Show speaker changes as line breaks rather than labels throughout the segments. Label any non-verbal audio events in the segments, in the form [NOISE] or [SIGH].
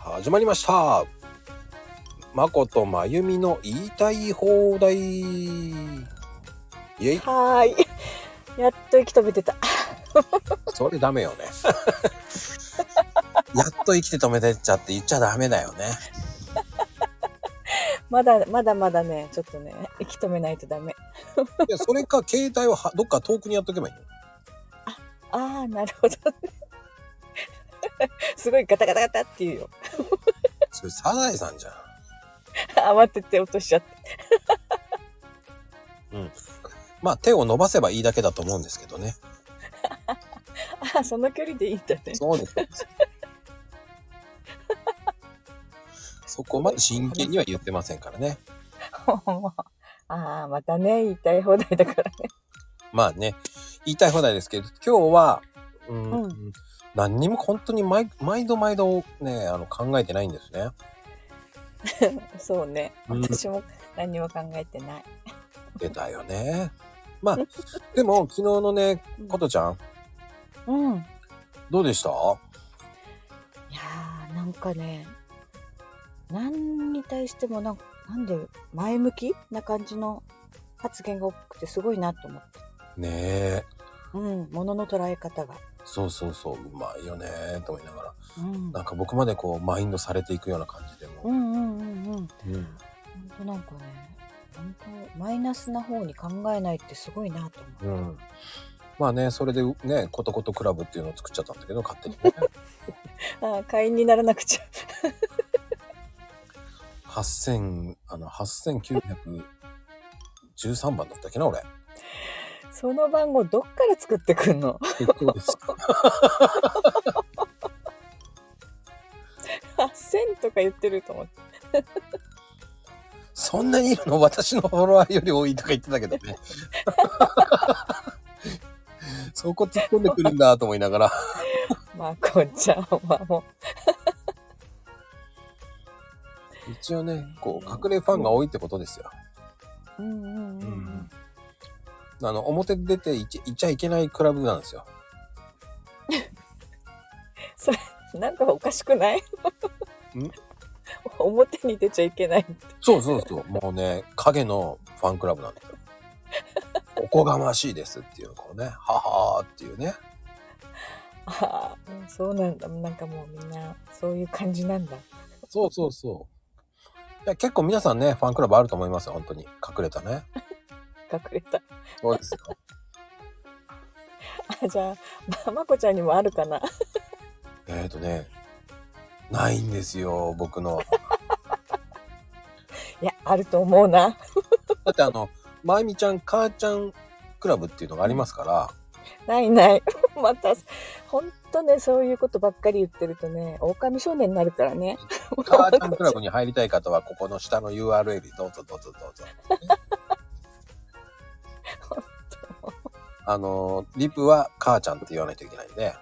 始まりましたまことまゆみの言いたい放題イエイ
はーい。 [LAUGHS] やっと息止めてた。
それダメよねやっと生きて止めてっちゃって言っちゃダメだよね
まだまだまだね、ちょっとね、息止めないとダメ。
いやそれか携帯をはどっか遠くにやっとけばいいの
ああ、なるほどね。 [LAUGHS] すごいガタガタガタって言うよ。 [LAUGHS]
それサザエさんじゃん
慌てて落としちゃって。
まあ手を伸ばせばいいだけだと思うんですけどね
[LAUGHS] ああ、その距離でいいんだね。
そうです。そこまで真剣には言ってませんからね。
[LAUGHS] ああ、またね、言いたい放題だから [LAUGHS] ね。
まあね、言いたい放題ですけど、今日は、うん、
う
何にも本当に毎毎度毎度ね、あの考えてないんですね。
そうね。
うん
私も何にも考えてない。
出たよね。まあ、でも昨日のね、ことちゃん、
うん。い
どうでした
やー、なんかね、何に対してもなんか、なんで前向きな感じの発言が多くてすごいなと思って。
ねえ。
うん、ものの捉え方が。
そうそうそう、うまいよねと思いながら、
うん
なんか僕までこう、マインドされていくような感じで
う
も。
んうんうんうん。本
うん
当なんかね、本当マイナスな方に考えないってすごいなと
う
思う。
ん、まあねそれでねコトコトクラブっていうのを作っちゃったんだけど勝手 [LAUGHS] に、ね、
ああ、会員にならなくちゃ。
8000あの8913番だったっけな俺
[LAUGHS] その番号どっから作ってくん [LAUGHS] の
結構です
?8000 とか言ってると思って。
そんなにいるの私のフォロワーより多いとか言ってたけどねそこ突っ込んでくるんだと思いながら
まあ、こんちゃんはも
一応ねこう隠れファンが多いってことですよ、
う。うんうんうんうん。
あの表出ていちいちゃいけないクラブなんですよ
それ、なんかおかしくない
ん
表に出ちゃいけない。
そうそうそう。もうね、影のファンクラブなんだよ。おこがましいですっていう、こうね、ははーっていうね。
ああ、うんそうなんだ。なんかもうみんな、そういう感じなんだ。
そうそうそう。いや結構皆さんね、ファンクラブあると思いますよ、本当に。隠れたね。
隠れた。
そうですよ。
あじゃあ、ま、まこちゃんにもあるかな。
えっとね、ないんですよ、僕の。 [LAUGHS]
いや、あると思うな。
だってあの、まゆみちゃん、母ちゃんクラブっていうのがありますから、
ないない。 [LAUGHS] また、ほんとね、そういうことばっかり言ってるとね、狼少年になるからね。
母ちゃんクラブに入りたい方は、ここの下の URL にどうぞどうぞどうぞ。あの、リプは母ちゃんって言わないといけないんで、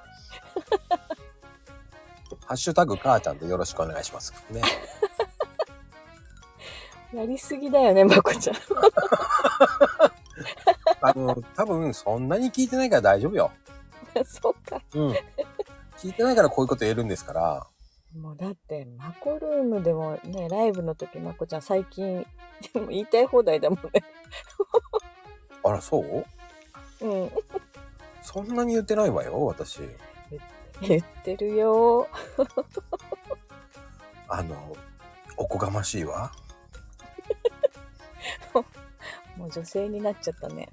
ハッシュタグ母ちゃんでよろしくお願いします。ね。
[LAUGHS] やりすぎだよね、まこちゃん。
あの、多分そんなに聞いてないから大丈夫よ。
[LAUGHS] そうか。
うん。聞いてないからこういうこと言えるんですから、
もうだって、まこルームでもね、ライブの時、まこちゃん最近、でも言いたい放題だもんね。
あら、そう
[LAUGHS] うん。
そんなに言ってないわよ、私。
言ってるよ。
あの、おこがましいわ。
もう女性になっちゃったね。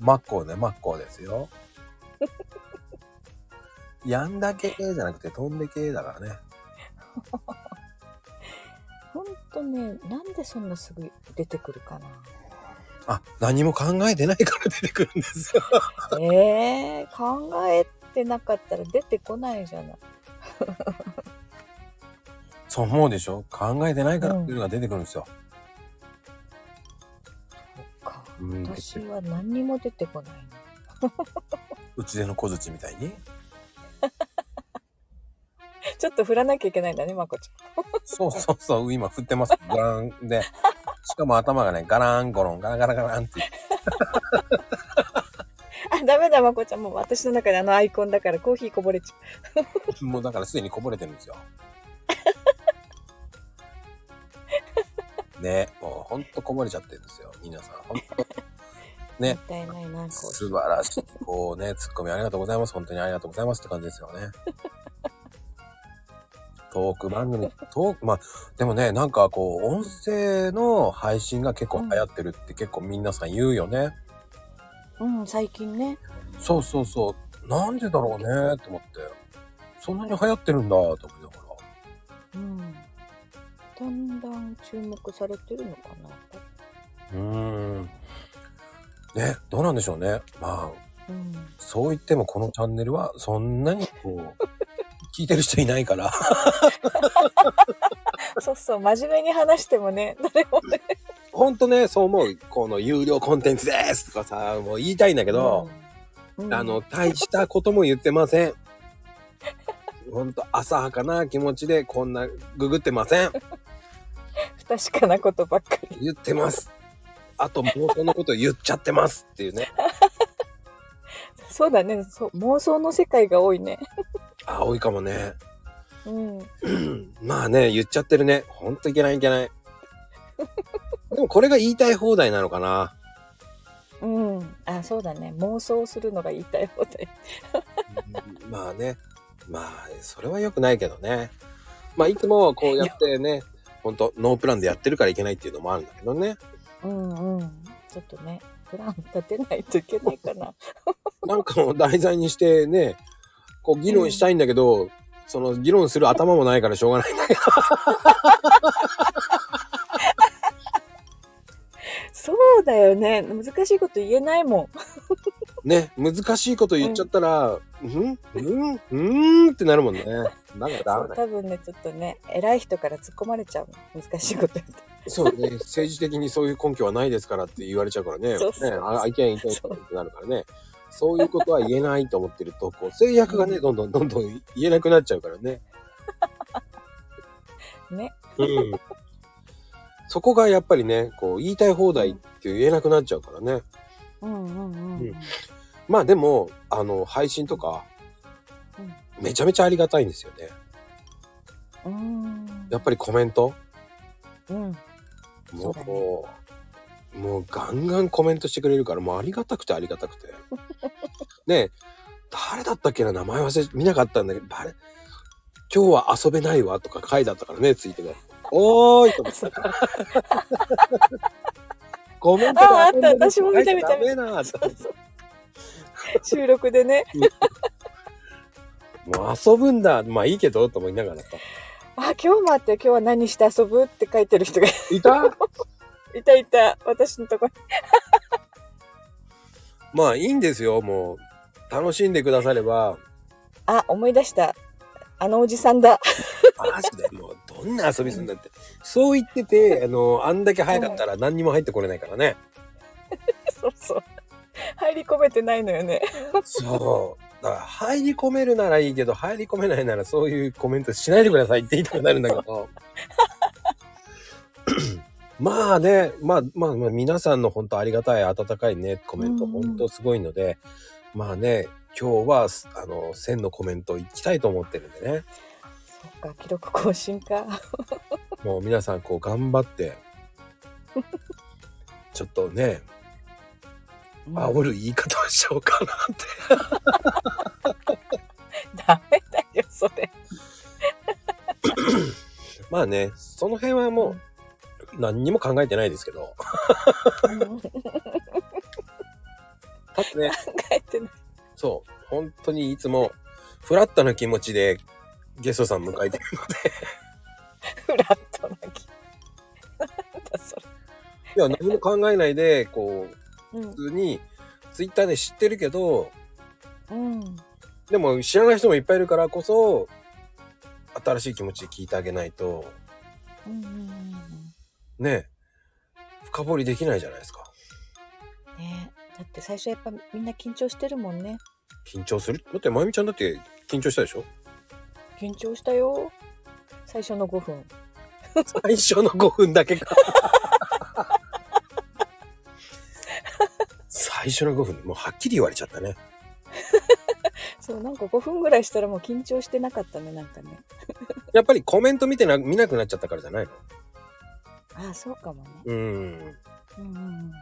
マッコーね、マッコーです [LAUGHS] よ。やんだけじゃなくて飛んでけだからね。
ほんとね、なんでそんなすぐ出てくるかな。
あ、何も考えてないから出てくるんですよ。 [LAUGHS]
えー、考えてなかったら出てこないじゃない。
そう思うでしょ考えてないからっていうのが出てくるんですよ。
か
うん
私は何にも出てこないな。
うちでの小槌みたいに。
ちょっと振らなきゃいけないんだね、まこち
そうそうそう、今振ってます。ガラン [LAUGHS] で。しかも頭がね、ガランゴロン、ガラガラガランって。
ゃん。あ、ダメだ、まこちゃん。もう私の中であのアイコンだからコーヒーこぼれちゃ
もうだからすでにこぼれてるんですよ。ね、もうほんとこぼれちゃってるんですよ。皆さん、ほんとね
もったいないな、こう。
素晴らしい。こうね、ツッコミありがとうございます。本当にありがとうございますって感じですよね。トーク番組、トーク、まあ、でもね、なんかこう、音声の配信が結構流行ってるって結構皆さん言うよね。
うん、最近ね。
そうそうそう。なんでだろうねって思って。そんなに流行ってるんだと思いながら。
うん。だんだん注目されてるのかな。
うーん。ね、どうなんでしょうね。まあ、
うん。
そう言ってもこのチャンネルはそんなにこう、聞いてる人いないから。 [LAUGHS]
そうそう、真面目に話してもね、誰もね。
ほんとね、そう思う。この有料コンテンツですとかさ、もう言いたいんだけど、
うん、
あの、大したことも言ってません。ほんと浅はかな気持ちでこんなググってません。
不確かなことばっかり。
言ってます。あと妄想のこと言っちゃってますっていうね。
そうだね、そう妄想の世界が多いね。
あ、多いかもね。
うん。
うんまあね、言っちゃってるね。ほんといけないいけない。 [LAUGHS] でもこれが言いたい放題なのかな。
うん。あ、そうだね。妄想するのが言いたい放題。
うんまあね、まあ、それは良くないけどね。まあ、いつもこうやってね、ほんと、ノープランでやってるからいけないっていうのもあるんだけどね。
うんうん。ちょっとね、プラン立てないといけない
[LAUGHS]
かな。
なんかを題材にしてね、こう議論したいんだけど、その議論する頭もないからしょうがないんだけど。
そうだよね。難しいこと言えないも
ね、難しいこと言っちゃったら、うん、うん、うーんってなるもんね。なんか
ん。そ
ダメ
う
だ。
多分ね、ちょっとね、偉い人から突っ込まれちゃうもん。難しいこと言うと。
そうね、政治的にそういう根拠はないですからって言われちゃうからね。
そうそう
ね、あ、意見、意見ってなるからね。そういうことは言えないと思ってると、こう制約がね、どんどんどんどん言えなくなっちゃうからね。
ね。
うん。そこがやっぱりね、こう言いたい放題って言えなくなっちゃうからね。
うんうんうん。
うんまあでも、あの、配信とか
うん、
めちゃめちゃありがたいんですよね。
うん。うん
やっぱりコメント
うん。そ
も
う
う
だね
もう、もうガンガンコメントしてくれるから、もうありがたくてありがた
[LAUGHS]
くて。ねえ、誰だったっけな、名前忘れ、見なかったんだけど、誰今日は遊べないわとか書いてあったからね、ついてが。おーいと思
[LAUGHS]
って。コメント
あ
が
あ
遊
った
んでる人
私も見た
書いちゃダメなと
そうそう。収録でね、
もう遊ぶんだ。まあいいけど、と思いながらさ。
あ、今日もあったよ。今日は何して遊ぶって書いてる人が
いた
[LAUGHS] いたいた。私のとこ
まあいいんですよ、もう。楽しんでくだされば。
あ、思い出した。あのおじさんだ。 [LAUGHS]
マジでもうどんな遊びするんだって。そう言ってて、あの、あんだけ早かったら何にも入ってこれないからね。
そうそう。入り込めてないのよね。
そう。だから入り込めるならいいけど、入り込めないならそういうコメントしないでくださいって言いたくなるんだけど。 [LAUGHS] まあね、まあまあまあ皆さんの本当ありがたい温かいね、コメント
うんうん
本当すごいので、まあね、今日はあの1000のコメントいきたいと思ってるんでね。
そっか、記録更新か。
もう皆さんこう頑張って、
[LAUGHS]
ちょっとね、煽る言い方をしようかなって。
ダメだよ、それ。
[LAUGHS] まあね、その辺はもう何にも考えてないですけ [LAUGHS] ど。
うん。
だ
考
ってね、
えてない。
そう、本当にいつもフラットな気持ちでゲストさん迎えてるので。
フラットな気。なんだそれ。
い [LAUGHS] や、何も考えないで、こう、
うん
普通にツイッターで知ってるけど、。
うん。
でも知らない人もいっぱいいるからこそ、新しい気持ちで聞いてあげないと、
うんうん。
ね、深掘りできないじゃないですか。
ねだって最初やっぱみんな緊張してるもんね。
緊張するだって、まゆみちゃんだって緊張したでしょ
緊張したよ。最初の5分。
最初の5分だけか。 [LAUGHS] 最初の5分、もうはっきり言われちゃったね。
そう、なんか5分ぐらいしたらもう緊張してなかったね、なんかね。
やっぱりコメント見てな、見なくなっちゃったからじゃないの
ああ、そうかもね。
うん。
うんうんうん。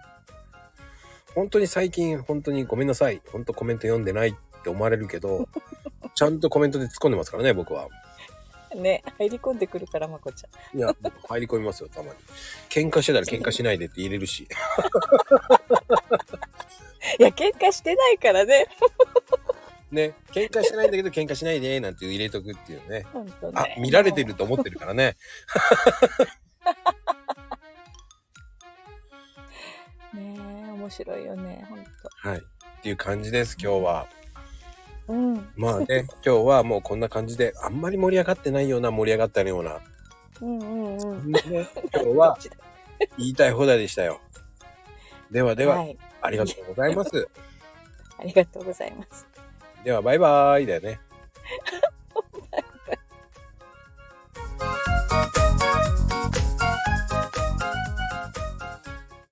本当に最近、本当にごめんなさい。本当コメント読んでないって思われるけど、ちゃんとコメントで突っ込んでますからね、僕は。
ね、入り込んでくるから、まこちゃん。
いや、僕入り込みますよ、たまに。喧嘩してたら喧嘩しないでって入れるし。
いや、喧嘩してないからね。
ね、喧嘩してないんだけど、喧嘩しないで、なんて入れとくっていうね。
本当
あ
ね。、
見られてると思ってるからね。
ねえ、面白いよね、本
はい。っていう感じです、今日は。
当。うん。
まあね、今日はもうこんな感じで、あんまり盛り上がってないような、盛り上がったような。
うんうんうん。
ね今日は言いたい放題でしたよ。ではでは、
い。
ありがとうございます。
ありがとうございます。
では、バイバーイだよね。